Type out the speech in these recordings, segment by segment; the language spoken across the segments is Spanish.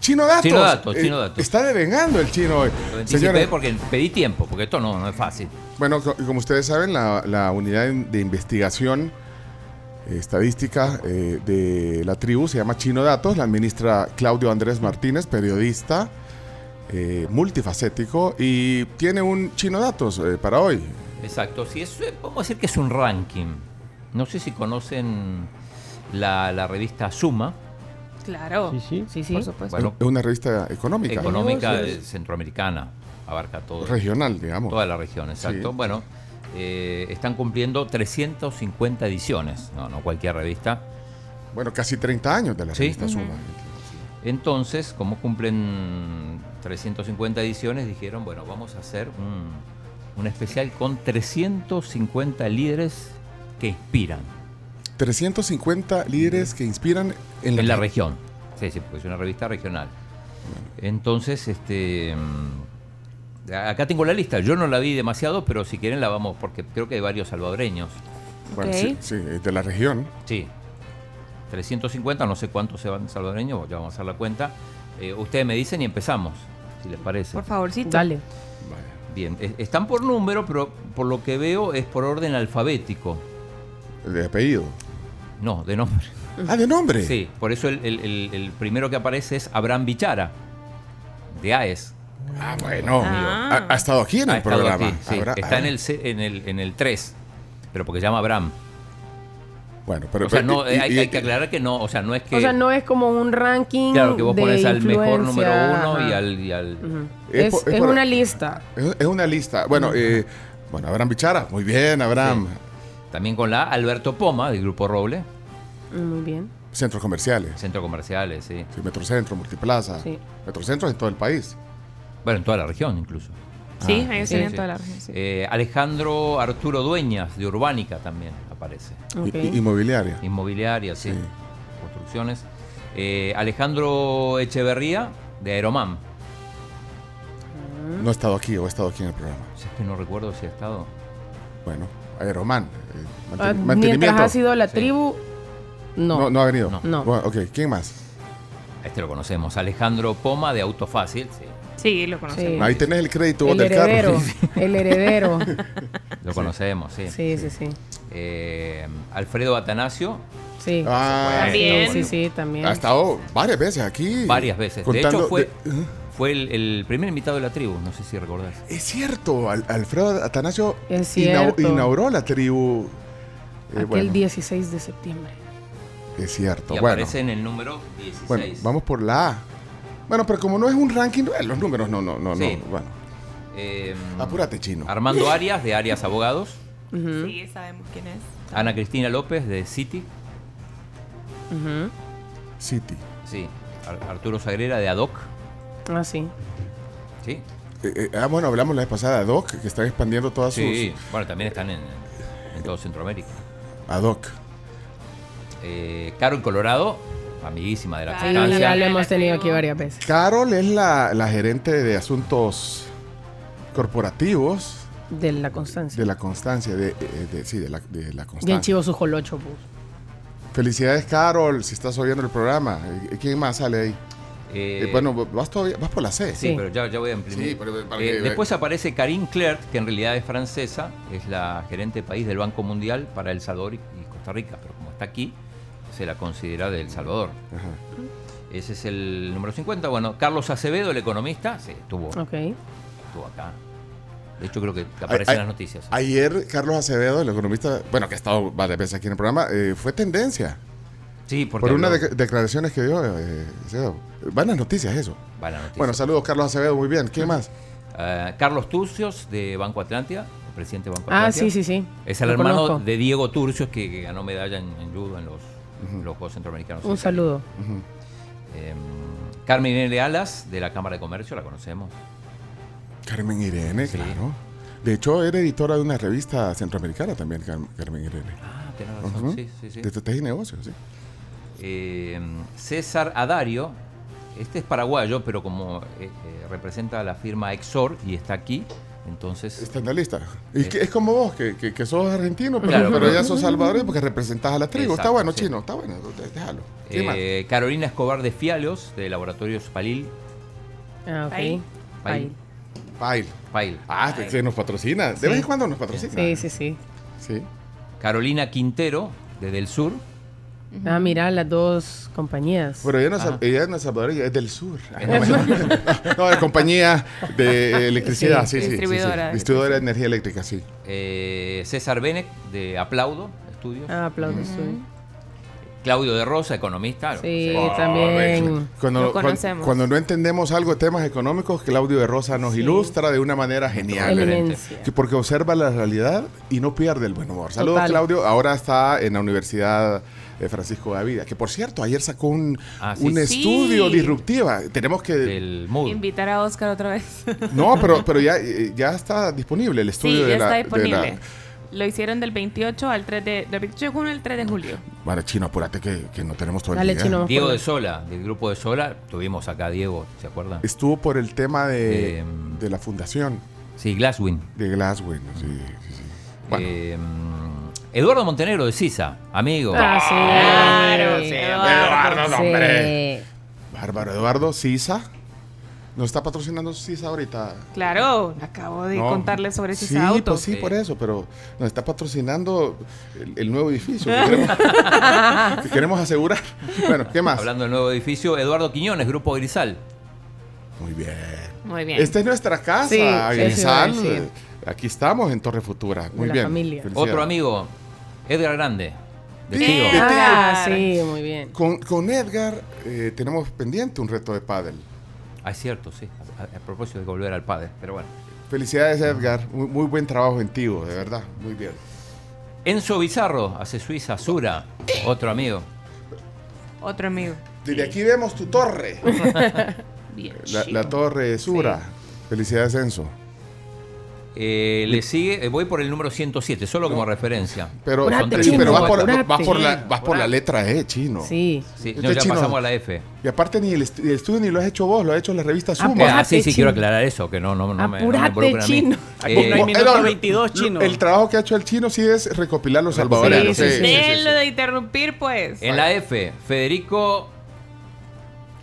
Chino Datos. Chino Datos, eh, Chino Datos. Está devengando el chino hoy. Lo anticipé Señores, porque pedí tiempo, porque esto no, no es fácil. bueno, co- como ustedes saben, la, la unidad de investigación eh, estadística eh, de la tribu se llama Chino Datos, la administra Claudio Andrés Martínez, periodista eh, multifacético, y tiene un Chino Datos eh, para hoy. Exacto. Si es, eh, vamos a decir que es un ranking. No sé si conocen la, la revista Suma, Claro. Sí, sí. Por Pues supuesto. Bueno. es una revista económica, económica eh, centroamericana, abarca todo, regional, digamos. toda la región, exacto. Sí. Bueno, eh, están cumpliendo 350 ediciones, no, no cualquier revista. Bueno, casi 30 años de la Sí. revista Suma. Entonces, como cumplen 350 ediciones, dijeron, bueno, vamos a hacer un, un especial con 350 líderes que inspiran 350 líderes que inspiran en la, en la región. Sí, sí, porque es una revista regional. Entonces, este... mm, Acá tengo la lista, yo no la vi demasiado, pero si quieren la vamos, porque creo que hay varios salvadoreños. Bueno, Ok. sí, sí, de la región. Sí. 350, no sé cuántos se van salvadoreños, ya vamos a hacer la cuenta. Eh, ustedes me dicen y empezamos, si les parece. Por favorcito. Dale. Bien, es- están por número, pero por lo que veo es por orden alfabético. De apellido. No, de nombre. Ah, de nombre. Sí, por eso el, el- el- el primero que aparece es Abraham Bichara, de AES. Ah, bueno. Ah. Ha, ha estado aquí en Ha el estado programa. aquí, sí. Habrá- Está en ah, el, C- en, el, en el 3, pero porque se llama Abraham. Bueno, pero. o sea, pero- no, y- eh, hay, y- hay que aclarar que no, o sea, no es que... O sea, no es como un ranking. claro, que vos de pones al mejor número influencia, uno y ajá. al... y al- Ujú. Es Es, por- es es por- una lista. Es, es una lista. Bueno, eh, bueno, Abraham Bichara. Muy bien, Abraham. También con la A, Alberto Poma, del Grupo Roble, Mm, Muy bien. Centros comerciales. Centro Comerciales, sí. Sí, Metrocentro, Multiplaza. Sí. Metrocentros en todo el país. Bueno, en toda la región incluso. Sí, Ah, ahí sí, sería en sí. toda la región. sí. Eh, Alejandro Arturo Dueñas, de Urbánica también aparece. Y- Ok. y- inmobiliaria. Inmobiliaria, sí. Sí. Construcciones. Eh, Alejandro Echeverría, de Aeromam. No he estado aquí o he estado aquí en el programa. Si es que no recuerdo si ha estado. Bueno, Aeroman. eh, manten- Ah, mantenimiento. Mientras ha sido la Sí. tribu, no. No, no ha venido. No. No. Bueno, ok, ¿quién más? A este lo conocemos. Alejandro Poma, de Autofácil. Sí, Sí, lo conocemos. Sí. Ahí tenés el crédito vos el del carro. heredero. El heredero. lo conocemos, sí. Sí, sí, sí. Eh, Alfredo Atanasio, Sí. Ah, También. Sí, bueno. sí, sí, también. Ha estado varias veces aquí. varias veces. De contando hecho, fue, de- ¿eh? fue el, el primer invitado de la tribu. No sé si recordás. Es cierto, Al- Alfredo Atanasio Es inau- cierto. inauguró la tribu. eh, Aquel bueno, 16 de septiembre. Es cierto. Y Bueno, aparece en el número 16. bueno, vamos por la A. Bueno, pero como no es un ranking, eh, los números no, no, no, Sí. no. Bueno, Eh, apúrate, chino. Armando Arias, de Arias Abogados. Ujú, Sí, sabemos quién es. Ana Cristina López, de City. ujú. City. Sí, Ar- Arturo Sagrera de ADOC. Ah, sí. Sí, Eh, eh, ah, bueno, hablamos la vez pasada de Doc, que están expandiendo todas sí. Bueno, también están en, en todo Centroamérica. sus. A Doc. Eh, Carol Colorado, amiguísima de la Claro, Sí, ya Constancia. lo la hemos tenido tribu. aquí varias veces. Carol es la, la gerente de asuntos corporativos De la constancia. de la constancia. De, eh, de- sí, de la, de la constancia. Bien chivo su jolocho, pues. Felicidades, Carol, si estás oyendo el programa. Eh, ¿Quién más sale ahí? Eh, Eh, bueno, vas, todavía, vas por la C. sí, sí. pero ya, ya voy a imprimir. Sí, pero para Eh, que- después aparece Karine Clerc, que en realidad es francesa, es la gerente de país del Banco Mundial para El Salvador y y Costa Rica, pero como está aquí, se la considera de El Salvador. Ajá. Ese es el número 50. Bueno, Carlos Acevedo, el economista, sí, estuvo, Ok. estuvo acá. De hecho, creo que aparecen Ay, ay, las noticias. Ayer, Carlos Acevedo, el economista, bueno, que ha estado varias veces aquí en el programa, eh, fue tendencia Sí, porque por unas habló- dec- declaraciones que dio. Eh, Acevedo. Buenas noticias, eso. Buenas noticias. Bueno, saludos, Carlos Acevedo, muy bien. ¿Quién más? Eh, Carlos Turcios de Banco Atlántida, el presidente de Banco Atlántida. Ah, sí, sí, sí. Es el Lo hermano conozco. de Diego Turcios que, que ganó medalla en, en judo en los, en los Juegos Centroamericanos. Un saludo. Eh, Carmen Irene Alas de la Cámara de Comercio, la conocemos. Carmen Irene, claro. De hecho, era editora de una revista centroamericana también, Car- Carmen Irene. Ah, tenés razón. Ujú. Sí, sí, sí. De estrategia y negocios, sí. Eh, César Adario, este es paraguayo, pero como eh, eh, representa a la firma Exor y está aquí, Entonces, Está en la lista. Y Sí. que es como vos, que, que, que sos argentino, pero, Claro, pero pero- ya sos salvadoreño porque representás a la tribu. está Exacto, bueno, sí. chino, está bueno, de- déjalo. ¿Qué más? eh, Carolina Escobar de Fialos, de Laboratorios Palil. Ah, ok. Ahí. Ahí. Bail. Palil. Ah, que se nos patrocina. De vez en cuando nos patrocina. Sí, sí, sí. Sí. Carolina Quintero, desde el sur. Ah, mira, las dos compañías. Pero ella no, es, Ajá. ella no es salvadoreña, es del sur. Ay, no, no, no, de compañía de eh, electricidad, sí, sí. Sí, sí, sí. distribuidora de Distribuidora de energía eléctrica, sí. Eh, César Benek, de Aplaudo Estudios. Ah, aplausos. sí. Claudio de Rosa, economista. Sí, No sé. también. Oh, Cuando, Lo cuan- conocemos. cuando no entendemos algo de temas económicos, Claudio de Rosa nos ilustra de una manera genial. Eminente. Eminencia. Que porque observa la realidad y no pierde el buen humor. Saludos, Total. Claudio. Ahora está en la Universidad eh, Francisco Gavida, que por cierto, ayer sacó un, Ah, sí. un Sí. estudio disruptiva. Tenemos que... Del MUD. Invitar a Oscar otra vez. No, pero, pero ya, eh, ya está disponible el Sí, estudio ya de, la, está de la- disponible. Lo hicieron del 28 al 3 de, del 28 de junio al 3 de julio. Bueno, chino, apúrate que, que no tenemos todo el Dale, día. chino. Diego de Sola, del grupo de Sola. Tuvimos acá a Diego, ¿se acuerdan? Estuvo por el tema de, Eh, de la fundación Sí, Glasswin. de Glasgow. ¿no? Sí, sí, sí. Bueno, Eh, Eduardo Montenegro de Sisa, amigo. Ah, sí. Ah, Claro, sí, Eduardo, Sí. Bárbaro Eduardo, Sisa. Nos está patrocinando Sisa ahorita. Claro, acabo de No. contarles sobre ese sí, auto. Pues sí, Sí. por eso, pero nos está patrocinando el, el nuevo edificio que queremos, que queremos asegurar. Bueno, ¿qué más? Hablando del nuevo edificio, Eduardo Quiñones, grupo Grisal. Muy bien. Muy bien. Esta es nuestra casa, Sí, sí, Grisal. sí, va a decir. Aquí estamos en Torre Futura. Muy la bien. familia. Felicidades. Otro amigo, Edgar Grande, de Sí. Este Tigo. Ah, Ah, Claro. sí, muy bien. Con, con Edgar eh, tenemos pendiente un reto de pádel. Ah, es cierto, sí. A, a- a propósito de volver al padre, pero bueno. Felicidades, Edgar. Muy, muy buen trabajo en ti, de verdad. Muy bien. Enzo Bizarro, hace Suiza, Sura, otro amigo. Otro amigo. Desde aquí vemos tu torre. Bien. La, chido. la torre Sura. Felicidades, Enzo. Eh, le sigue, eh, voy por el número 107, solo como referencia. Pero, Apurate, pero chino, vas, por, apurate. vas por la, vas por la Apurate. letra E, chino. Sí. Sí, Este no, ya chino- pasamos a la F. Y aparte ni el, estu- el estudio ni lo has hecho vos, lo ha hecho la revista Eh, Suma. ah, sí, sí, chino. quiero aclarar eso, que no, no, no me- no me Apurate, involucren a mí. chino. Aquí no hay Eh, Bueno, minuto era lo- 22, chino. El trabajo que ha hecho el chino sí es recopilar los salvadoreños. Eh, Sí, sí, sí. Déjenlo de interrumpir, pues. en la F, Federico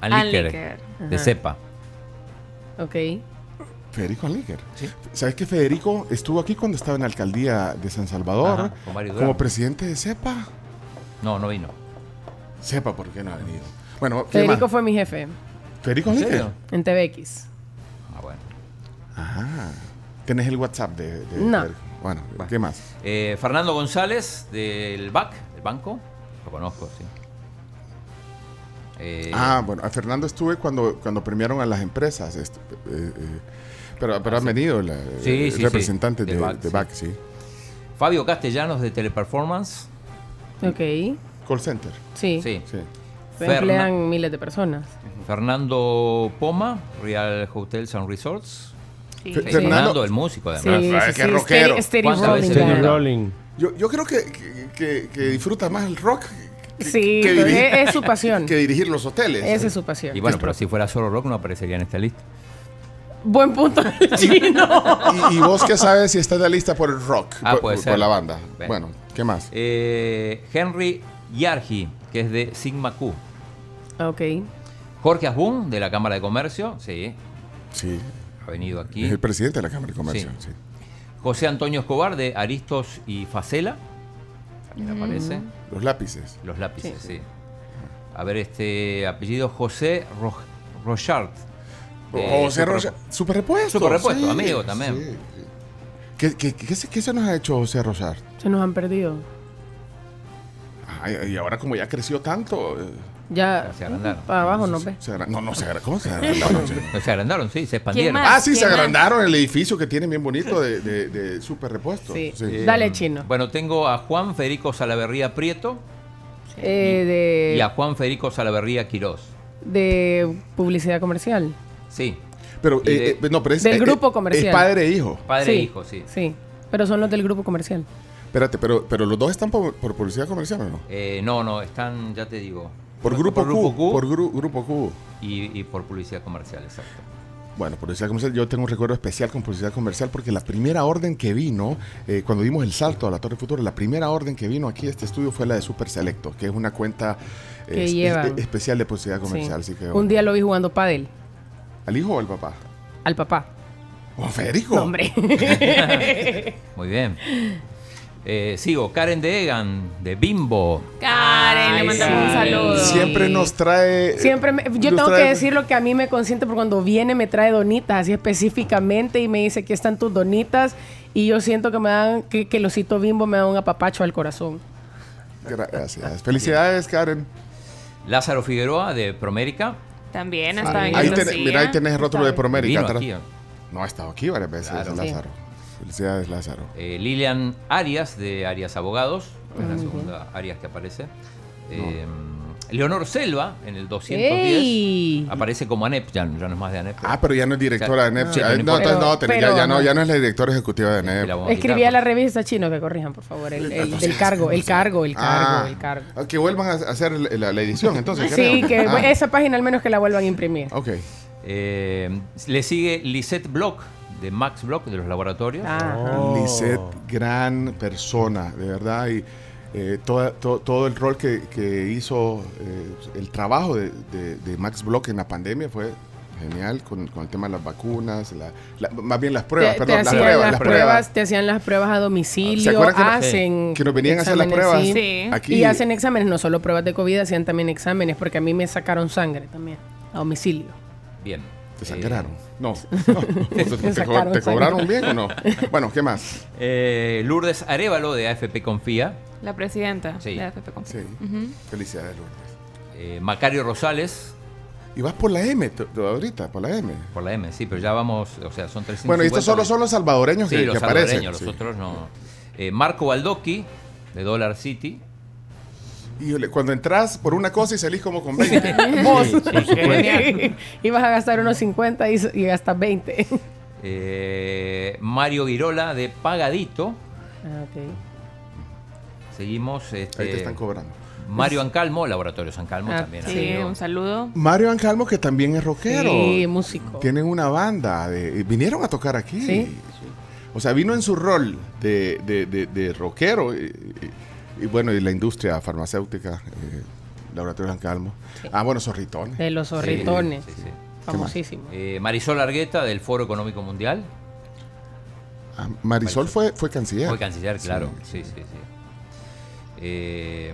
Anliker, Anliker. de Ajá. Cepa. Ok. Federico Anliker. ¿Sabes que Federico estuvo aquí cuando estaba en la alcaldía de San Salvador Ajá, con Mario como Durán. presidente de CEPA? No, no vino. Sepa por qué no ha venido. Bueno, ¿qué Federico más? fue mi jefe Federico ¿En Anliker. serio? en TVX. Ah, bueno. Ajá. ¿Tenés el WhatsApp de, de No. Federico? Bueno, ¿qué más? Eh, Fernando González del BAC, el banco. Lo conozco, sí. Eh, Ah, bueno, a Fernando estuve cuando, cuando premiaron a las empresas. est- eh, eh, pero pero han venido la- Ah, Sí, eh, sí, sí, representantes del de, BAC, de sí. BAC, sí. Fabio Castellanos de Teleperformance. Ok. Call center, Sí. Sí. sí. Se Ferna- emplean miles de personas. Fernando Poma, Real Hotels and Resorts. Sí. Fe- Eh, Fernando- Fernando, el músico, Sí, además. Ah, sí, qué sí, rockero. Steady- Steady ¿Cuántas Rolling. veces claro. vino? Rolling. Yo, yo creo que, que- que- que disfruta más el rock que, Sí, que dirigir, es, es su pasión. que dirigir los hoteles. Esa es su pasión. Y bueno, pero si fuera solo rock no aparecería en esta lista. Buen punto, chino. Y, y vos qué sabes si estás en la lista por el rock, Ah, por, puede por ser. la banda. Bueno. Bueno, ¿qué más? Eh, Henry Yargi, que es de Sigma Q. ok. Jorge Asbun, de la Cámara de Comercio. Sí, Sí, ha venido aquí. es el presidente de la Cámara de Comercio. Sí. sí. José Antonio Escobar, de Aristos y Facela. También aparece. Los lápices. Los lápices, sí. A ver, este apellido José Ro- Eh, Rochard. de o sea, Super- Rocha- superrepuesto. Superrepuesto, amigo también. sí. ¿Qué, qué- qué se- qué se nos ha hecho José Rosar? Se nos han perdido. Ay, y ahora como ya creció tanto... eh, Ya. Se agrandaron. Para abajo no ve. se agra- no, no, se agra- ¿cómo se agrandaron? Sí. No, se agrandaron, sí, se expandieron. más? ah, sí, se ¿Qué más? agrandaron el edificio que tienen bien bonito de, de, de superrepuesto. Sí. Eh, Dale, chino. Bueno, tengo a Juan Federico Salaverría Prieto Pues, Eh, y a Juan Federico Salaverría Quirós. de, de publicidad comercial. Sí, Pero, Y eh, de- eh, no, pero es, del eh, grupo eh, comercial. Es padre e hijo. padre sí, e hijo, sí. Sí. Pero son los del grupo comercial. Espérate, pero, pero los dos están por, por publicidad comercial, ¿o ¿no? Eh, no, no, están, ya te digo. Por grupo, Grupo Q, Por Gru- grupo Q. y, y por publicidad comercial, exacto. Bueno, Publicidad Comercial, yo tengo un recuerdo especial con Publicidad Comercial porque la primera orden que vino, eh, cuando dimos el salto a la Torre Futura, la primera orden que vino aquí a este estudio fue la de Super Selecto, que es una cuenta eh, Que es- lleva. es- especial de Publicidad Sí. Comercial. Así que, Un día lo vi jugando pádel ¿Al hijo o al papá? al papá. ¡Oh, Federico! No, hombre. Eh, Muy bien. Eh, sigo, Karen Deegan, de Bimbo. Karen, le Ay, mandamos un sí. saludo. Siempre nos trae... eh, Siempre me- yo nos tengo que trae- decir lo que a mí me consiente porque cuando viene me trae donitas así específicamente y me dice que están tus donitas y yo siento que me dan que, que el osito bimbo me da un apapacho al corazón. Gracias. Felicidades, Karen. Lázaro Figueroa, de Promérica. También Ahí, hasta en ahí Andalucía. tenés- mira, ahí tenés el rótulo de Promérica. Vino atrás. aquí, eh. No, ha estado aquí varias veces, Claro. Lázaro. Felicidades, Lázaro. Eh, Lilian Arias, de Arias Abogados. Ah, Es la segunda Arias que aparece. Eh, Leonor Selva, en el 210. ¡Ey! Aparece como ANEP, ya, ya no es más de ANEP. Ah, pero ya no es directora de Ya- NEP. sí, pero no no, entonces importa. no, tenés- Pero- ya, ya no, ya no es la directora ejecutiva de que la NEP. vamos Ah, Escribí a quitar. la revista chino que corrijan, por favor, el, el- del cargo, el cargo, el cargo, el cargo. Ah, Que vuelvan a hacer la, la edición, entonces. Sí, creo. que pues, Ah, Oh, esa página al menos que la vuelvan a imprimir. Ok. Eh, le sigue Lisette Block, de Max Block, de los laboratorios. Ah, Oh. Lisette, gran persona, de verdad. Y eh, toda- to- todo el rol que, que hizo, eh, el trabajo de, de- de Max Block en la pandemia fue genial con, con el tema de las vacunas, la- la- más bien las pruebas, te, te perdón, las hacían pruebas, las pruebas. te hacían las pruebas a ¿Se domicilio, acuerdan que no- hacen Que nos venían a hacer las exámenes, pruebas sí. Sí. aquí. Y hacen exámenes, no solo pruebas de COVID, hacían también exámenes, porque a mí me sacaron sangre también, a domicilio. Bien. Te Eh, sangraron. No. no. ¿Te, te sacaron co- te cobraron sangre. bien o no? Bueno, ¿qué más? eh, Lourdes Arevalo, de AFP Confía. La presidenta Sí. de la FP Confi. Sí. Ujú. Felicidades, Lourdes. Eh, Macario Rosales, Y vas por la M, t- t- ahorita, por la M. por la M, sí, pero ya vamos, o sea, son 350. Bueno, y estos solo son los salvadoreños Sí, que, los que aparecen. salvadoreños, los sí. otros no. Eh, Marco Baldocchi, de Dollar City. Híjole, cuando entras por una cosa y salís como con 20. Oh. Ibas a gastar unos 50 y, s- y gastas 20. Eh, Mario Girola, de Pagadito. Ah, ok. Seguimos. este, Ahí te están cobrando. Mario Ancalmo, Laboratorio Ancalmo Ah, también. Sí, amigo. un saludo. Mario Ancalmo, que también es rockero. Sí, músico. Tienen una banda. de- vinieron a tocar aquí. Sí. O sea, vino en su rol de, de- de- de rockero. Y, y- y bueno, y la industria farmacéutica, eh, Laboratorio Ancalmo. Ah, bueno, zorritones. De los Sí, zorritones. sí, sí. Famosísimo. Eh, Marisol Argueta, del Foro Económico Mundial. Ah, Marisol fue, fue canciller. Fue canciller, claro. Sí, sí, sí. Eh,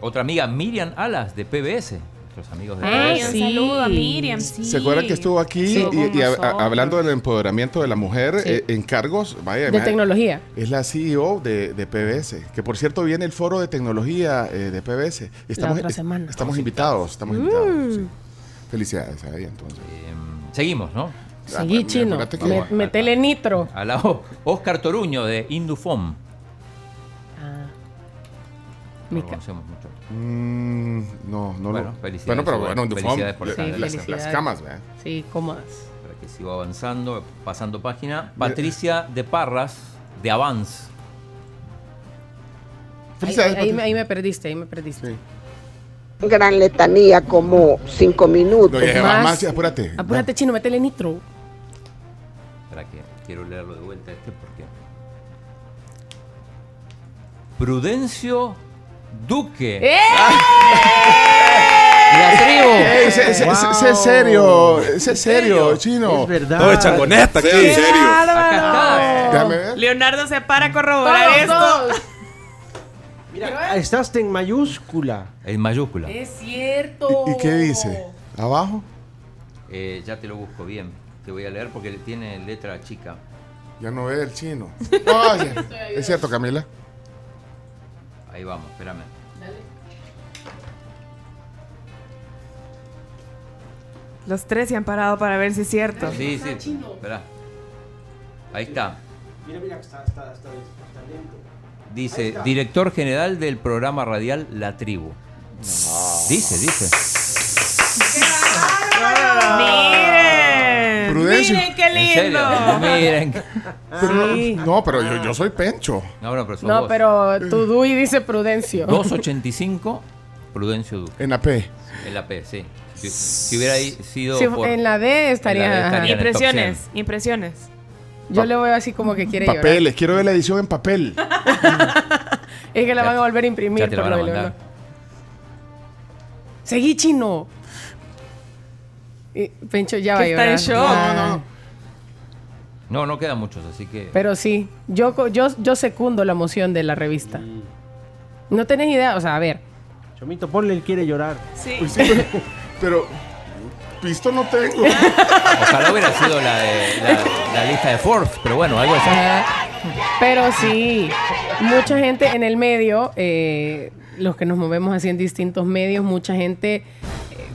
otra amiga, Miriam Alas, de PBS. Nuestros amigos de Ah, Ay, PBS. un sí. saludo a Miriam. sí. ¿Se acuerdan que estuvo aquí Sí. y- y, Con a- a- nosotros. hablando del empoderamiento de la mujer Sí. eh, en cargos? Vaya, De imagínate. tecnología. Es la CEO de, de PBS, que por cierto viene el foro de tecnología eh, de PBS. Estamos, otra semana. Mm. estamos invitados, estamos invitados. sí. Felicidades ahí entonces. Eh, seguimos, ¿no? Seguí me- chino. acuérdate que- Me- Metele nitro. A la O. Oscar Toruño, de Indufom. Ah. No Mi lo ca- conocemos mucho. Mm, no, no Bueno, lo- felicidades, Bueno, pero igual. bueno, de Felicidades por la- esa- eh, las- las, felicidades. camas, ¿verdad? Sí, cómodas. Para que siga avanzando, pasando página. Patricia de Parras, de Avance. Ahí, Felicidades, ahí me, Patricia. ahí me perdiste, ahí me perdiste. Sí. gran letanía, como cinco No, minutos. ya, ya, más- más, ya, apúrate. Apúrate, chino, metele nitro. Para que quiero leerlo de vuelta este porque. Prudencio Duque. Ah, La Va. tribu. Ey, sé, sé- sé- sé serio, sé serio, chino. Es verdad. Todo es changoneta aquí. Acá está. Déjame ver. Leonardo se para a corroborar esto. Mira, estás en mayúscula. En mayúscula. Es cierto. ¿Y qué dice? ¿Abajo? Eh, ya te lo busco bien. Te voy a leer porque le tiene letra chica. Ya no ve el chino. Ah, ya. es cierto, Camila. Ahí vamos, espérame. Los tres se han parado para ver si es cierto. Sí, sí. Esperá. Ahí está. Mira, mira, está, lento. Dice, director general del programa radial La Tribu. Dice, dice. Miren. Prudencio. Miren qué En serio, lindo. miren. Pero no- No, pero yo, yo soy pencho. No, no, pero sos No, vos. pero Eh. tu Dui dice Prudencio. 285, Prudencio Duque. En AP. El AP, sí. Si, si hubiera ahí sido Si por- en la D estaría. en la D ajá. estaría. Impresiones, impresiones. Yo le veo así como que quiere llorar. Papeles, quiero ver la edición en papel. Es que la Ya- van a volver a imprimir. ya te la por van a lo del mandar. olor. Seguí chino. Y Pencho ya va a Que está llorar. en shock. No, Ah. no, no. No, no quedan muchos, así que. Pero sí, yo, co- yo, yo secundo la moción de la revista. No tenés idea, o sea, a ver. Chomito, ponle, él quiere llorar. Sí. Pues sí, pero, pero visto no tengo. Ojalá hubiera sido la de la, la lista de Forbes, pero bueno, algo así. Pero sí, mucha gente en el medio, eh, los que nos movemos así en distintos medios, mucha gente eh,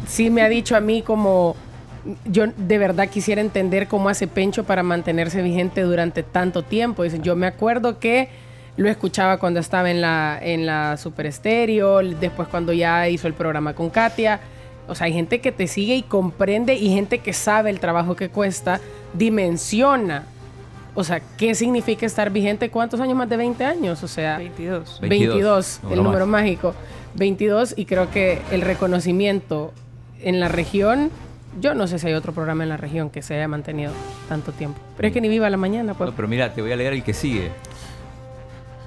sí me ha dicho a mí como, yo de verdad quisiera entender cómo hace Pencho para mantenerse vigente durante tanto tiempo. Dicen, yo me acuerdo que lo escuchaba cuando estaba en la, en la Super Estéreo, después cuando ya hizo el programa con Katia. O sea, hay gente que te sigue y comprende y gente que sabe el trabajo que cuesta, dimensiona o sea, ¿qué significa estar vigente? ¿Cuántos años más de 20 años? O sea, 22, 22. 22, número el número más. mágico. 22 y creo que el reconocimiento en la región, yo no sé si hay otro programa en la región que se haya mantenido tanto tiempo. Pero es que ni viva la mañana, pues. No, pero mira, te voy a leer el que sigue.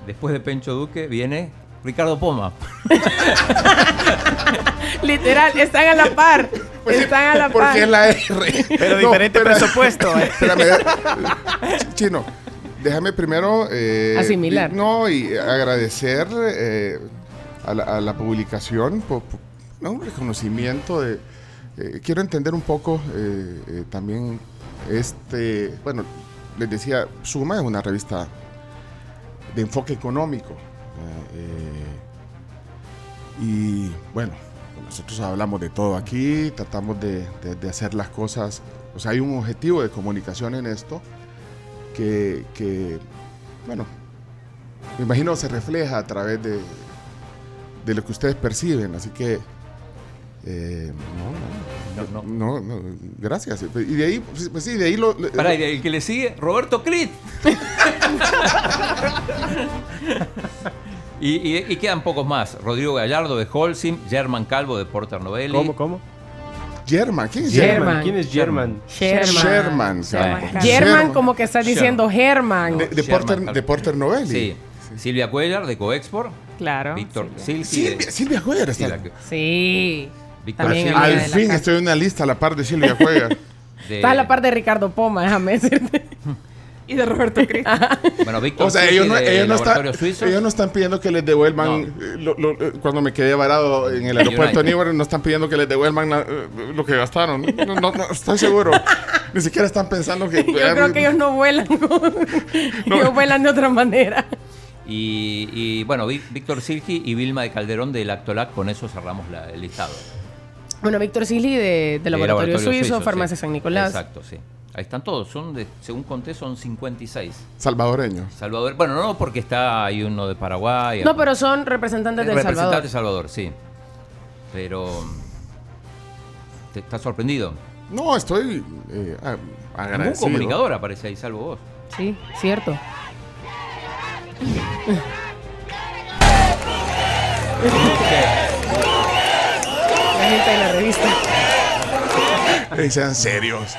Después de Pencho Duque viene Ricardo Poma. Literal, están a la par. Pues sí, están a la par. Porque es la R. Pero No, diferente espera- presupuesto. eh. Espérame. Ch- Chino, déjame primero. eh, Asimilar. di- No, y agradecer eh, a, la, a la publicación por, por- no, un reconocimiento de. eh, quiero entender un poco eh, eh, también este. Bueno, les decía, Suma es una revista de enfoque económico. eh, eh, y bueno, nosotros hablamos de todo aquí, tratamos de, de- de hacer las cosas. O sea, hay un objetivo de comunicación en esto que, que, bueno, me imagino se refleja a través de, de lo que ustedes perciben. Así que, eh, No, no. no, no, no, gracias. Y de ahí, pues, pues sí, de ahí lo. Pará, y el que le sigue, Roberto Clit. y, y- y quedan pocos más. Rodrigo Gallardo de Holcim, German Calvo de Porter Novelli. ¿Cómo, cómo? German, ¿quién es German. German? ¿Quién es German? Sherman, Sherman. carajo. German, como que estás diciendo German. De, de Sherman, Porter, tal- de Porter Novelli. Sí. Silvia Cuellar de Coexport. Ah, Claro. Víctor Sí. Silgi Silvia, de- Silvia Cuellar está. Silvia Cuellar. Sí. Víctor También Silva. amiga Al de la fin casa. estoy en una lista a la par de Silvia Cuellar. de- Estás a la par de Ricardo Poma, déjame decirte. Y de Roberto Cris. Bueno, Víctor o sea, Silgi ellos no, de ellos no eh, Laboratorio están, Suizo. ellos no están pidiendo que les devuelvan. eh, lo- lo- eh, cuando me quedé varado en el aeropuerto de United. Newark, no están pidiendo que les devuelvan la- eh, lo que gastaron. No, no, no, estoy seguro. Ni siquiera están pensando que. Yo creo que ellos no vuelan. con- ellos vuelan de otra manera. Y, y, bueno, Ví- Víctor Silgi y Vilma de Calderón del Actolac, con eso cerramos la- el listado. Bueno, Víctor Silly de, de Del Laboratorio, Suizo, sí. Farmacia San Nicolás. Exacto, sí. Ahí están todos, son de- según conté son 56. Salvadoreño. Salvador, bueno, no porque está hay uno de Paraguay. No, pero son representantes del representante Salvador. de Salvador, sí. Pero te está sorprendido. No, estoy eh, a- Un agradecido. comunicador aparece ahí, salvo vos. Sí, cierto. La gente de la revista. Eh, sean serios.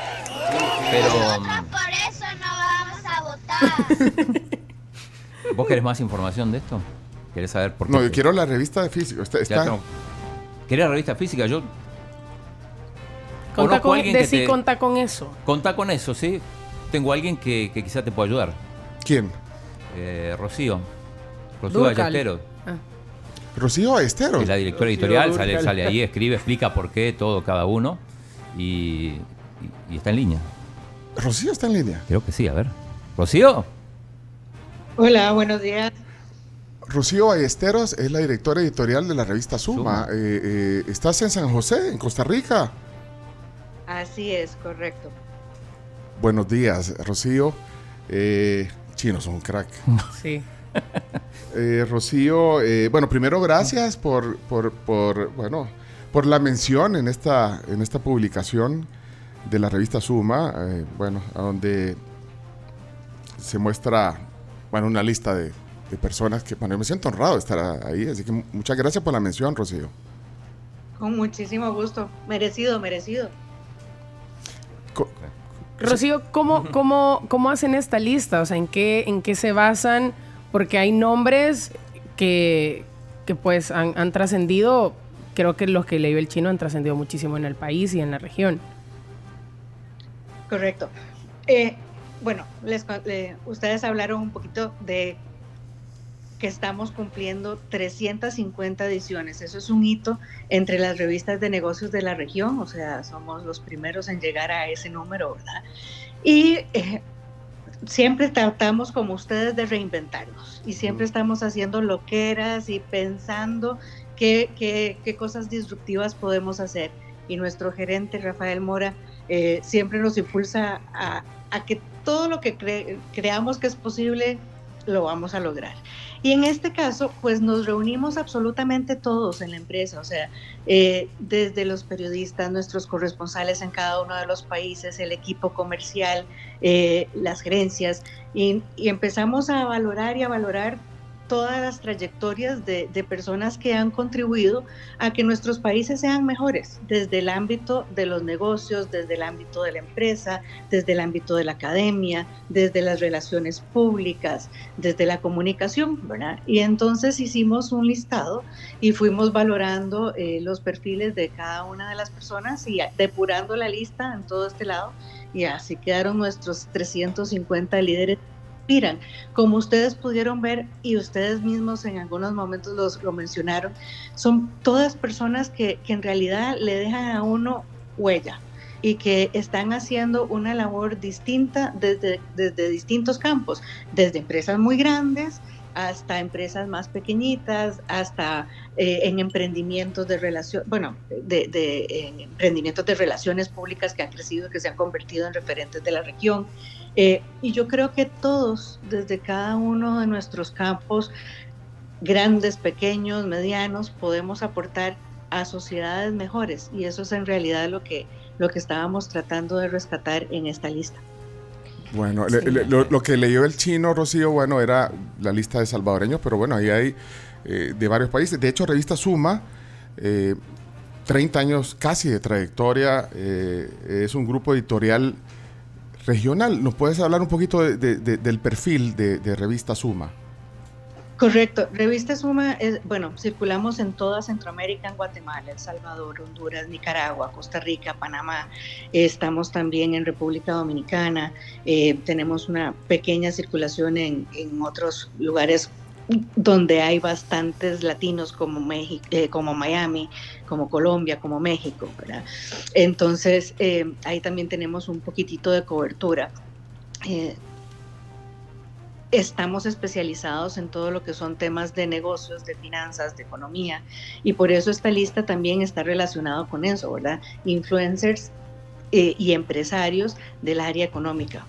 Pero mm, Por eso no vamos a votar. vos querés más información de esto? ¿Querés saber por qué? No, yo quiero la revista de físico. Está, Ya está- tengo- ¿Querés revista física? Yo Conta Conozco a con, alguien que de sí te- conta con eso. Contá con eso, ¿sí? Tengo alguien que, que quizá te pueda ayudar. ¿Quién? Eh, Rocío. Rocío Durcal. Ballesteros. Ah. Rocío Estero. Es la directora Rocío editorial. Durcal. Sale, sale ahí, escribe, explica por qué, todo, cada uno. Y, y- y está en línea. Rocío está en línea. Creo que sí, a ver. ¿Rocío? Hola, buenos días. Rocío Ballesteros es la directora editorial de la revista Suma. Suma. Eh, eh, estás en San José, en Costa Rica. Así es, correcto. Buenos días, Rocío. Eh, chino, son un crack. Sí. Eh, Rocío, eh, bueno, primero gracias por, por, por, bueno, por la mención en esta, en esta publicación de la revista Suma, eh, bueno, a donde se muestra, bueno, una lista de, de personas que, bueno, yo me siento honrado de estar ahí, así que muchas gracias por la mención, Rocío. Con muchísimo gusto. Merecido, merecido. Co- Rocío, ¿cómo, cómo, cómo hacen esta lista? O sea, ¿en qué, en qué se basan? Porque hay nombres que, que pues han, han trascendido, creo que los que leyó el chino han trascendido muchísimo en el país y en la región. Correcto. Eh, bueno, les, con- le- ustedes hablaron un poquito de que estamos cumpliendo 350 ediciones. Eso es un hito entre las revistas de negocios de la región, o sea, somos los primeros en llegar a ese número, ¿verdad? Y eh, siempre tratamos como ustedes de reinventarnos y siempre estamos haciendo loqueras y pensando qué, qué- qué cosas disruptivas podemos hacer. Y nuestro gerente, Rafael Mora, eh, siempre nos impulsa a, a que todo lo que cre- creamos que es posible lo vamos a lograr. Y en este caso, pues nos reunimos absolutamente todos en la empresa, o sea, eh, desde los periodistas, nuestros corresponsales en cada uno de los países, el equipo comercial, eh, las gerencias, y, y empezamos a valorar y a valorar todas las trayectorias de, de personas que han contribuido a que nuestros países sean mejores, desde el ámbito de los negocios, desde el ámbito de la empresa, desde el ámbito de la academia, desde las relaciones públicas, desde la comunicación, ¿verdad? Y entonces hicimos un listado y fuimos valorando eh, los perfiles de cada una de las personas y depurando la lista en todo este lado y así quedaron nuestros 350 líderes que inspiran. Como ustedes pudieron ver y ustedes mismos en algunos momentos los, lo mencionaron, son todas personas que, que en realidad le dejan a uno huella y que están haciendo una labor distinta desde, desde distintos campos, desde empresas muy grandes hasta empresas más pequeñitas, hasta eh, en emprendimientos de relación, bueno, de, de- en emprendimientos de relaciones públicas que han crecido, que se han convertido en referentes de la región. Eh, y yo creo que todos, desde cada uno de nuestros campos, grandes, pequeños, medianos, podemos aportar a sociedades mejores. Y eso es en realidad lo que, lo que estábamos tratando de rescatar en esta lista. Bueno, le- le- lo, lo que leyó el chino, Rocío, bueno, era la lista de salvadoreños, pero bueno, ahí hay eh, de varios países. De hecho, Revista Suma, eh, 30 años casi de trayectoria, eh, es un grupo editorial regional. ¿Nos puedes hablar un poquito de- de- de- del perfil de, de Revista Suma? Correcto. Revista Suma, es, bueno, circulamos en toda Centroamérica, en Guatemala, El Salvador, Honduras, Nicaragua, Costa Rica, Panamá. Eh, Estamos también en República Dominicana. Eh, tenemos una pequeña circulación en, en otros lugares donde hay bastantes latinos como México, como Miami, como Colombia, como México, ¿verdad? Entonces eh, ahí también tenemos un poquitito de cobertura. Eh, estamos especializados en todo lo que son temas de negocios, de finanzas, de economía, y por eso esta lista también está relacionado con eso, ¿verdad? Influencers eh, y empresarios del área económica.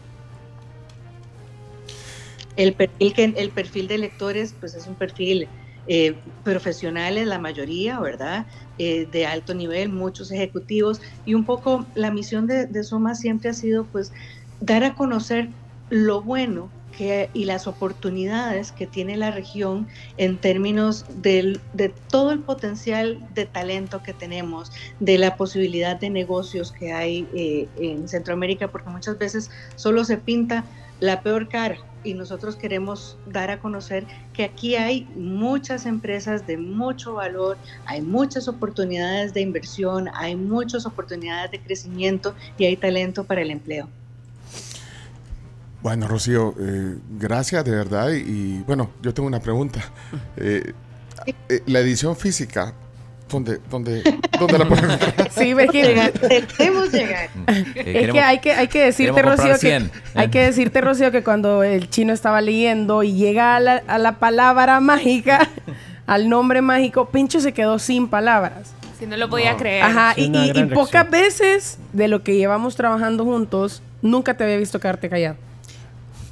El perfil, que, el perfil de lectores, pues es un perfil eh, profesionales, la mayoría, ¿verdad? Eh, de alto nivel, muchos ejecutivos, y un poco la misión de, de Soma siempre ha sido, pues, dar a conocer lo bueno que, y las oportunidades que tiene la región en términos del- de todo el potencial de talento que tenemos, de la posibilidad de negocios que hay eh, en Centroamérica, porque muchas veces solo se pinta la peor cara y nosotros queremos dar a conocer que aquí hay muchas empresas de mucho valor, hay muchas oportunidades de inversión, hay muchas oportunidades de crecimiento y hay talento para el empleo. Bueno, Rocío, eh, gracias de verdad. Y, y, bueno, yo tengo una pregunta. Eh, eh, la edición física, ¿dónde, dónde, dónde la podemos encontrar? Sí, ves que- Debemos llegar. Eh, Es que queremos- hay que, hay que decirte, queremos comprar ¿eh? Rocío, que, 100. hay que decirte, Rocío, que cuando el chino estaba leyendo y llega a la, a la palabra mágica, al nombre mágico, Pincho se quedó sin palabras. Si no lo podía creer. Ajá, y, Es una y- y gran pocas veces de lo que llevamos trabajando juntos, nunca te había visto quedarte callado.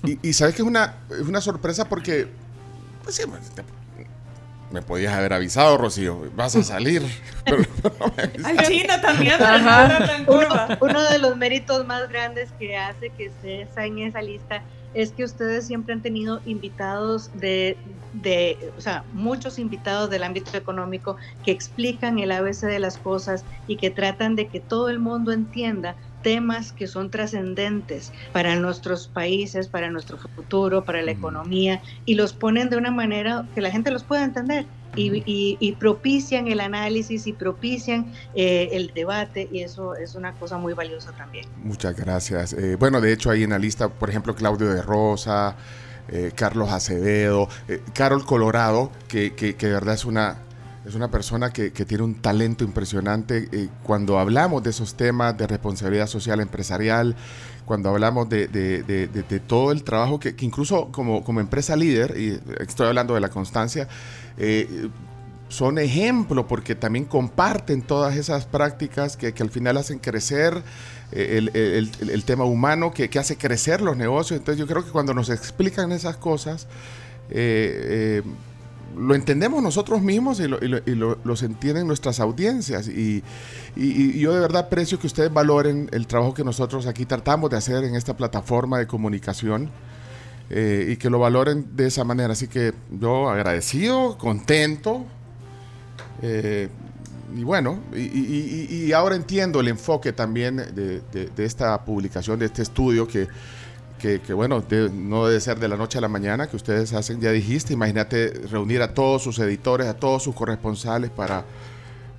Y, y sabes que es una, es una sorpresa porque. Pues sí, pues, te- me podías haber avisado, Rocío. Vas a salir. Pero no me avisaste. Al chino también. se le Ajá. nota en Uno, curva. uno de los méritos más grandes que hace que usted está en esa lista es que ustedes siempre han tenido invitados de, de, o sea, muchos invitados del ámbito económico que explican el ABC de las cosas y que tratan de que todo el mundo entienda temas que son trascendentes para nuestros países, para nuestro futuro, para la Mm. economía, y los ponen de una manera que la gente los pueda entender y, y- y propician el análisis y propician eh, el debate, y eso es una cosa muy valiosa también. Muchas gracias. Eh, bueno, de hecho hay en la lista, por ejemplo, Claudio de Rosa, eh, Carlos Acevedo, eh, Carol Colorado, que, que- que de verdad es una, es una persona que, que tiene un talento impresionante. Eh, cuando hablamos de esos temas de responsabilidad social empresarial, cuando hablamos de, de- de- de- de todo el trabajo que, que incluso como, como empresa líder, y estoy hablando de la constancia, eh, son ejemplo porque también comparten todas esas prácticas que, que al final hacen crecer eh, el, el- el- el tema humano, que, que hace crecer los negocios. Entonces yo creo que cuando nos explican esas cosas, eh, eh, lo entendemos nosotros mismos y, lo- y lo- y lo- los entienden nuestras audiencias. Y, y- y yo de verdad aprecio que ustedes valoren el trabajo que nosotros aquí tratamos de hacer en esta plataforma de comunicación eh, y que lo valoren de esa manera. Así que yo agradecido, contento. eh, y bueno, y, y- y- y ahora entiendo el enfoque también de, de- de esta publicación, de este estudio que, que, que, bueno, de- no debe ser de la noche a la mañana, que ustedes hacen, ya dijiste, imagínate reunir a todos sus editores, a todos sus corresponsales para...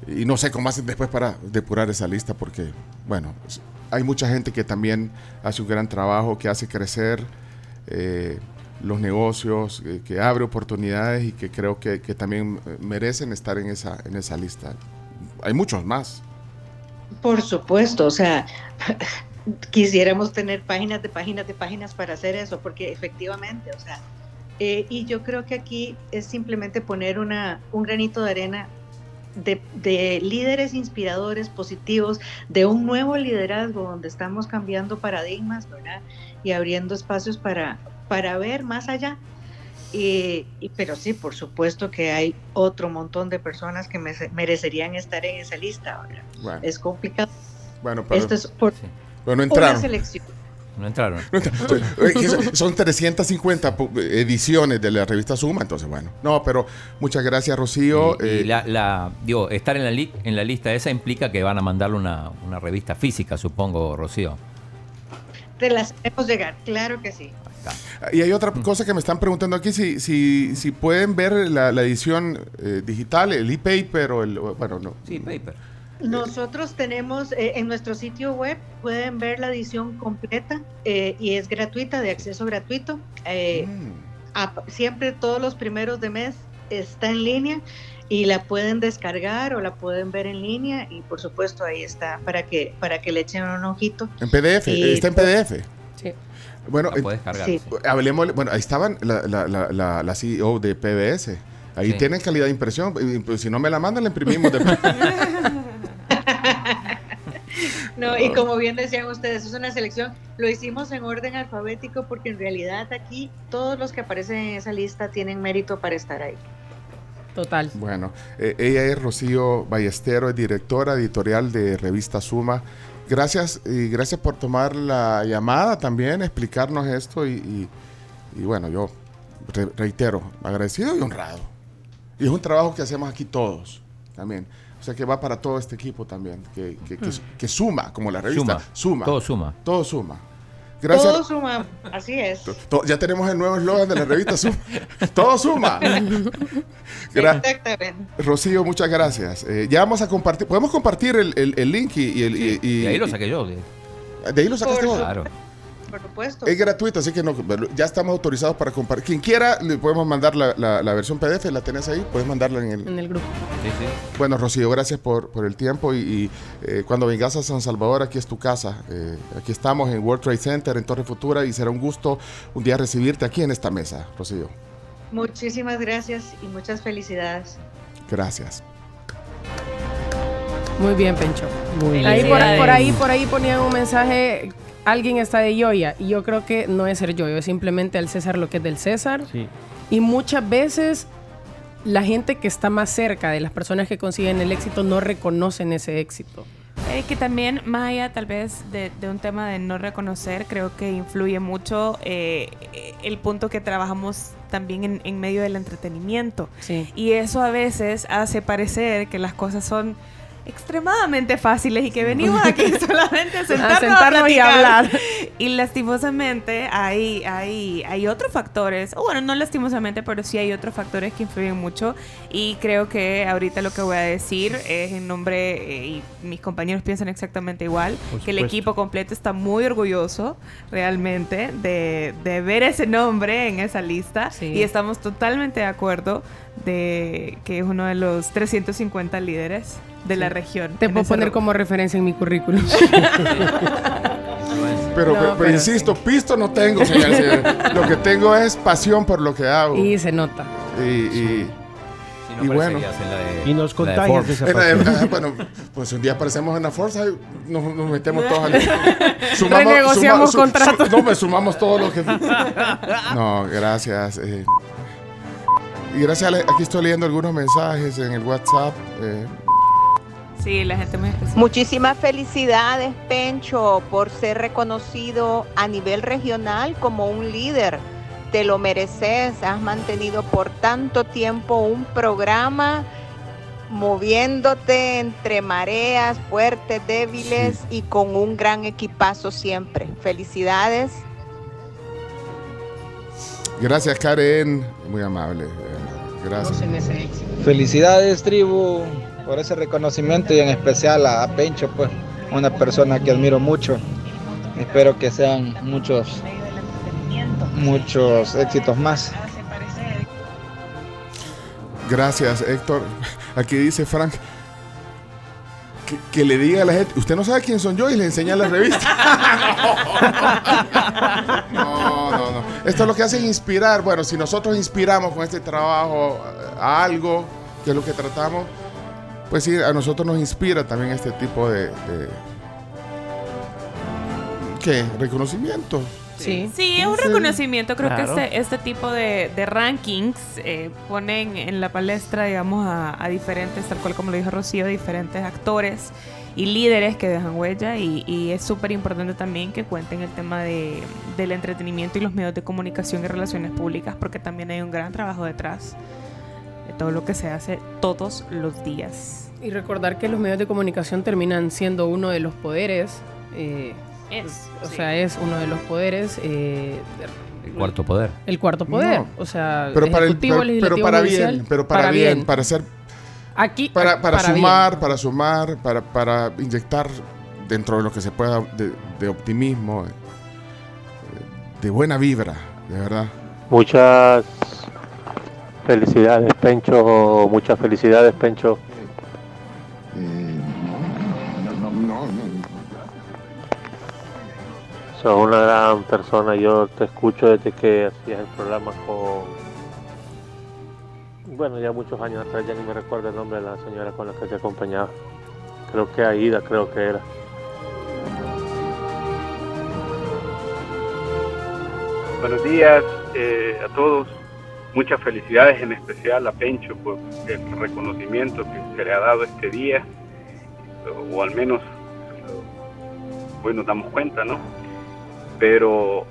Y no sé cómo hacen después para depurar esa lista, porque, bueno, s- hay mucha gente que también hace un gran trabajo, que hace crecer eh, los negocios, eh, que abre oportunidades y que creo que, que también eh, merecen estar en esa, en esa lista. Hay muchos más. Por supuesto, o sea, quisiéramos tener páginas de páginas de páginas para hacer eso, porque efectivamente, o sea, eh, y yo creo que aquí es simplemente poner una, un granito de arena de, de líderes inspiradores, positivos, de un nuevo liderazgo donde estamos cambiando paradigmas, ¿verdad? Y abriendo espacios para, para ver más allá. Y, y- pero sí, por supuesto que hay otro montón de personas que merece- merecerían estar en esa lista, ¿verdad? Bueno, Es complicado. bueno, pero, Esto es por Sí, bueno una entraron. selección. no entraron. Eh, que son- Son 350 pu- ediciones de la revista Suma, entonces bueno. No, pero muchas gracias Rocío. Y- y Eh, la, la- digo, estar en la, li- en la lista esa implica que van a mandarle una, una revista física, supongo, Rocío. Te las hacemos llegar, claro que sí. Ahí está. Y hay otra cosa que me están preguntando aquí, si, si, si pueden ver la, la edición eh, digital, el e-paper o el... o- Bueno, no. Sí, paper. Nosotros tenemos eh, en nuestro sitio web, pueden ver la edición completa eh, y es gratuita, de acceso gratuito. Eh, Mm. a- siempre todos los primeros de mes está en línea y la pueden descargar o la pueden ver en línea y por supuesto ahí está para que para que le echen un ojito. En PDF, Y- está en PDF. Sí. Bueno, La eh, puedes cargar. sí. sí. hablemos, bueno, ahí estaban la, la, la, la, la CEO de PBS. Ahí Sí. tienen calidad de impresión. y, pues, Si no me la mandan, la imprimimos. de- No, y como bien decían ustedes, es una selección. Lo hicimos en orden alfabético porque en realidad aquí todos los que aparecen en esa lista tienen mérito para estar ahí. Total. Bueno, eh, ella es Rocío Ballestero, es directora editorial de Revista Suma. Gracias y gracias por tomar la llamada también, explicarnos esto y, y- y bueno, yo re- reitero, agradecido y honrado. Y es un trabajo que hacemos aquí todos también. O sea que va para todo este equipo también, que, que- que- que suma, como la revista, Mm. Suma. suma. Todo suma. Todo suma. Gracias. Todos sumamos, así es. To- ya tenemos el nuevo eslogan de la revista Suma. Todo suma. Gracias. Exactamente. Rocío, muchas gracias. Eh, ya vamos a compartir. ¿Podemos compartir el, el- el link y, y el- y- y- Y ahí lo y- saqué yo. de- de ahí lo sacaste Por vos? Claro. Por supuesto. Es gratuito, así que no, ya estamos autorizados para compartir. Quien quiera, le podemos mandar la, la- la versión PDF, la tenés ahí, puedes mandarla en el... En el grupo. Sí, sí. Bueno, Rocío, gracias por, por el tiempo y, y, eh, cuando vengas a San Salvador, aquí es tu casa. Eh, aquí estamos en World Trade Center, en Torre Futura, y será un gusto un día recibirte aquí en esta mesa, Rocío. Muchísimas gracias y muchas felicidades. Gracias. Muy bien, Pencho. Muy bien. Ahí por, por ahí, Felicidades. por ahí ponían un mensaje. Alguien está de Yoya. Y yo creo que no es ser Yoyo, es simplemente al César lo que es del César. Sí. Y muchas veces la gente que está más cerca de las personas que consiguen el éxito no reconocen ese éxito. Es Eh, que también, más allá tal vez de, de un tema de no reconocer, creo que influye mucho eh, el punto que trabajamos también en, en medio del entretenimiento. Sí. Y eso a veces hace parecer que las cosas son extremadamente fáciles y que venimos aquí solamente a sentarnos, a sentarnos y platicar. hablar. Y lastimosamente hay, hay, hay otros factores, o bueno, no lastimosamente, pero sí hay otros factores que influyen mucho y creo que ahorita lo que voy a decir es en nombre, eh, y mis compañeros piensan exactamente igual, Por que el supuesto. equipo completo está muy orgulloso realmente de, de ver ese nombre en esa lista Sí. y estamos totalmente de acuerdo de que es uno de los 350 líderes de la Sí. región. Te en puedo ese poner rubro. como referencia en mi currículum. Influencer. Pero, pero, No, pero pero insisto, pisto no tengo, señores. y señores. Lo que tengo es pasión por lo que hago. Y, Y se nota. y- Si Y no, bueno. parecerías en la de- Y nos la de contagias de Forbes. esa en la- pasión. ah, bueno, pues un día aparecemos en la fuerza y nos, nos metemos todos al. Renegociamos contratos. no, pues sumamos todo lo que. No, gracias. eh. Y gracias, a la- aquí estoy leyendo algunos mensajes en el WhatsApp. eh. Sí, la gente muy especial. Muchísimas felicidades, Pencho, por ser reconocido a nivel regional como un líder. Te lo mereces. Has mantenido por tanto tiempo un programa moviéndote entre mareas, fuertes, débiles y con un gran equipazo siempre. Felicidades. Gracias, Karen. Muy amable. eh, Gracias. Felicidades, tribu, por ese reconocimiento y en especial a, a Pencho, pues, una persona que admiro mucho. Espero que sean muchos, muchos éxitos más. Ah, Gracias, Héctor. Aquí dice Frank que, que le diga a la gente, usted no sabe quién son yo y le enseña la revista. no, no, no. Esto es lo que hace es inspirar. Bueno, si nosotros inspiramos con este trabajo eh, a algo, que es lo que tratamos, pues sí, a nosotros nos inspira también este tipo de... de- ¿Qué? Reconocimiento. Sí. Sí, es un reconocimiento. Creo Claro. que este, este tipo de, de rankings eh, ponen en la palestra, digamos, a, a diferentes, tal cual como lo dijo Rocío, diferentes actores y líderes que dejan huella. Y, y es súper importante también que cuenten el tema de, del entretenimiento y los medios de comunicación y relaciones públicas, porque también hay un gran trabajo detrás de todo lo que se hace todos los días. Y recordar que los medios de comunicación terminan siendo uno de los poderes. eh, o sea, es uno de los poderes. eh, El cuarto poder. el cuarto poder. No. O sea, Pero para, el, ejecutivo, pero, pero legislativo, para judicial, bien, pero para, bien, para ser Aquí, para, para, bien. sumar, para sumar, para, para inyectar dentro de lo que se pueda de, de optimismo, eh, de buena vibra, de verdad. Muchas felicidades, Pencho. Muchas felicidades, Pencho. Sos una gran persona. Yo te escucho desde que hacías el programa con. Bueno, ya muchos años atrás, ya ni me recuerdo el nombre de la señora con la que te acompañaba. Creo que Aida, creo que era. Buenos días eh, a todos. Muchas felicidades en especial a Pencho por el reconocimiento que se le ha dado este día, o, o al menos eh, hoy nos damos cuenta, ¿no? Pero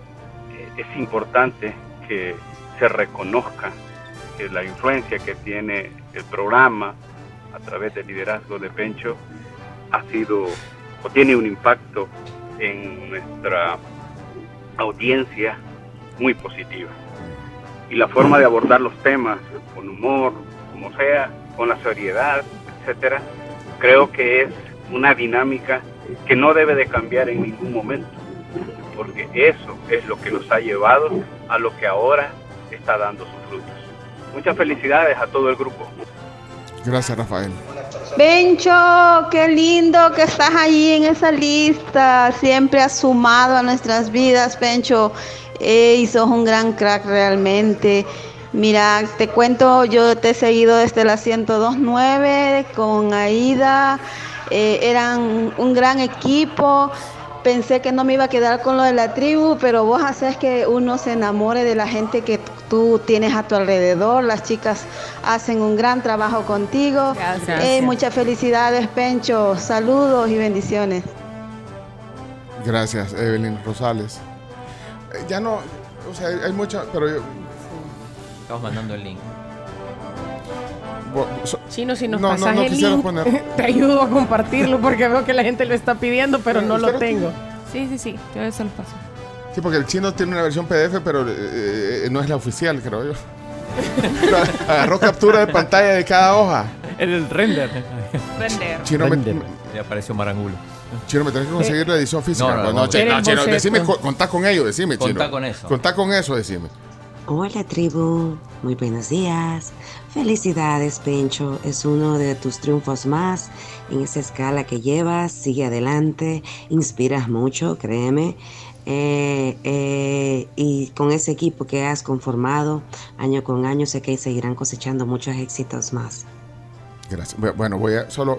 eh, es importante que se reconozca eh, la influencia que tiene el programa a través del liderazgo de Pencho ha sido o tiene un impacto en nuestra audiencia muy positiva. Y la forma de abordar los temas, con humor, como sea, con la seriedad, etcétera, creo que es una dinámica que no debe de cambiar en ningún momento, porque eso es lo que nos ha llevado a lo que ahora está dando sus frutos. Muchas felicidades a todo el grupo. Gracias, Rafael. Bencho, qué lindo que estás ahí en esa lista. Siempre has sumado a nuestras vidas, Bencho. y sos un gran crack realmente. Mira, te cuento, yo te he seguido desde la 102.9 con Aida. Eh, eran un gran equipo. Pensé que no me iba a quedar con lo de la tribu, pero vos haces que uno se enamore de la gente que tú tienes a tu alrededor. Las chicas hacen un gran trabajo contigo. Gracias. Ey, muchas felicidades, Pencho. Saludos y bendiciones. Gracias, Evelyn Rosales. Eh, ya no, o sea, hay mucha, pero yo- Estamos mandando el link. bo- so- Chino, si nos No, no, pasas no el quisiera link, poner. te ayudo a compartirlo porque veo que la gente lo está pidiendo, pero no ¿Usted lo lo tengo. Sí, sí, sí. Yo se lo paso. Sí, porque el chino tiene una versión PDF, pero eh, eh, no es la oficial, creo yo. Agarró captura de pantalla de cada hoja. El render. Render. Chino, me, Render. Ya apareció Marangulo. chino, me tenés que conseguir la edición física. Pues No, no, No, no. che, Era no, el chino, boceto. decime, co- contá con ello, decime, Contá chino. con eso. Contá con eso, decime. Hola tribu, muy buenos días. Felicidades Pencho, es uno de tus triunfos más en esa escala que llevas, sigue adelante, inspiras mucho, créeme. Eh, eh, y con ese equipo que has conformado año con año, sé que seguirán cosechando muchos éxitos más. Gracias. Bu- Bueno, voy a solo.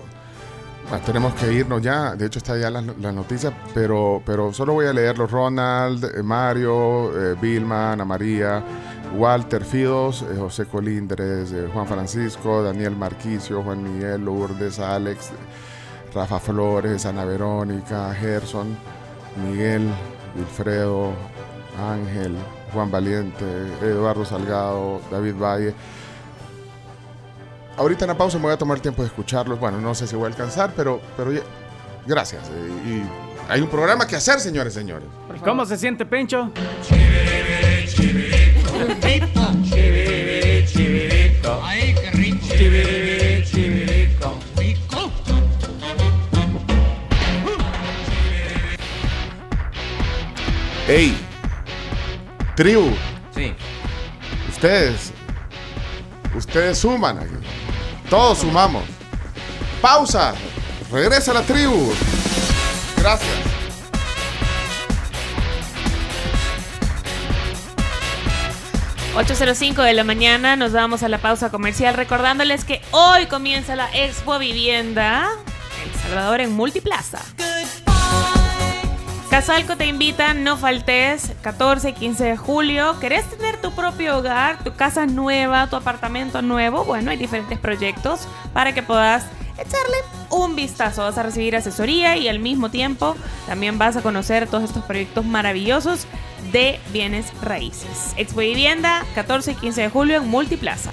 ah, tenemos que irnos ya. De hecho, está ya la, la noticia, pero, pero solo voy a leerlos. Ronald, eh, Mario, eh, Vilma, Ana María, Walter Fidos, eh, José Colindres, eh, Juan Francisco, Daniel Marquicio, Juan Miguel, Lourdes, Alex, Rafa Flores, Ana Verónica, Gerson, Miguel, Wilfredo, Ángel, Juan Valiente, Eduardo Salgado, David Valle. Ahorita en la pausa me voy a tomar el tiempo de escucharlos. Bueno, no sé si voy a alcanzar, pero, pero ya- gracias. Eh, Y hay un programa que hacer, señores, señores. ¿Cómo se siente Pencho? Ay, qué rico. Rico. ¡Ey! Tribu, Sí. ustedes. Ustedes suman. aquí. Todos sumamos. Pausa. Regresa la tribu. Gracias. Gracias. 8.05 de la mañana nos vamos a la pausa comercial recordándoles que hoy comienza la Expo Vivienda El Salvador en Multiplaza. Casalco te invita, no faltes, 14 y 15 de julio. ¿Querés tener tu propio hogar, tu casa nueva, tu apartamento nuevo? Bueno, hay diferentes proyectos para que puedas echarle un vistazo. Vas a recibir asesoría y al mismo tiempo también vas a conocer todos estos proyectos maravillosos de bienes raíces. Expo Vivienda, 14 y 15 de julio en Multiplaza.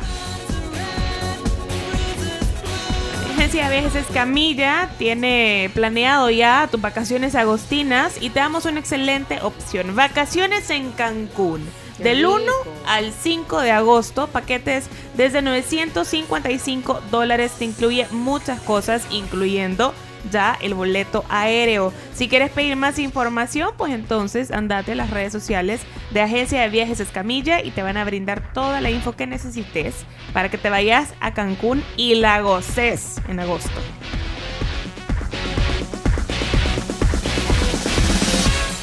Agencia de Viajes Camilla tiene planeado ya tus vacaciones agostinas y te damos una excelente opción. Vacaciones en Cancún. Qué Del rico. 1 al 5 de agosto, paquetes desde 955 dólares. Te incluye muchas cosas, incluyendo ya el boleto aéreo. Si quieres pedir más información, pues entonces andate a las redes sociales de Agencia de Viajes Escamilla y te van a brindar toda la info que necesites para que te vayas a Cancún y la goces en agosto.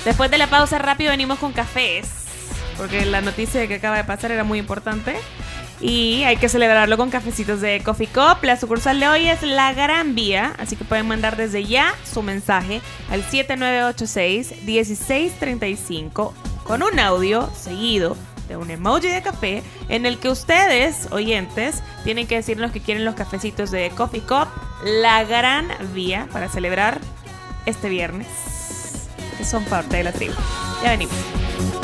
Después de la pausa rápido venimos con cafés, porque la noticia que acaba de pasar era muy importante. Y hay que celebrarlo con cafecitos de Coffee Cup. La sucursal de hoy es La Gran Vía, así que pueden mandar desde ya su mensaje al 7986-1635 con un audio seguido de un emoji de café en el que ustedes, oyentes, tienen que decirnos que quieren los cafecitos de Coffee Cup La Gran Vía para celebrar este viernes, que son parte de la tribu. Ya venimos.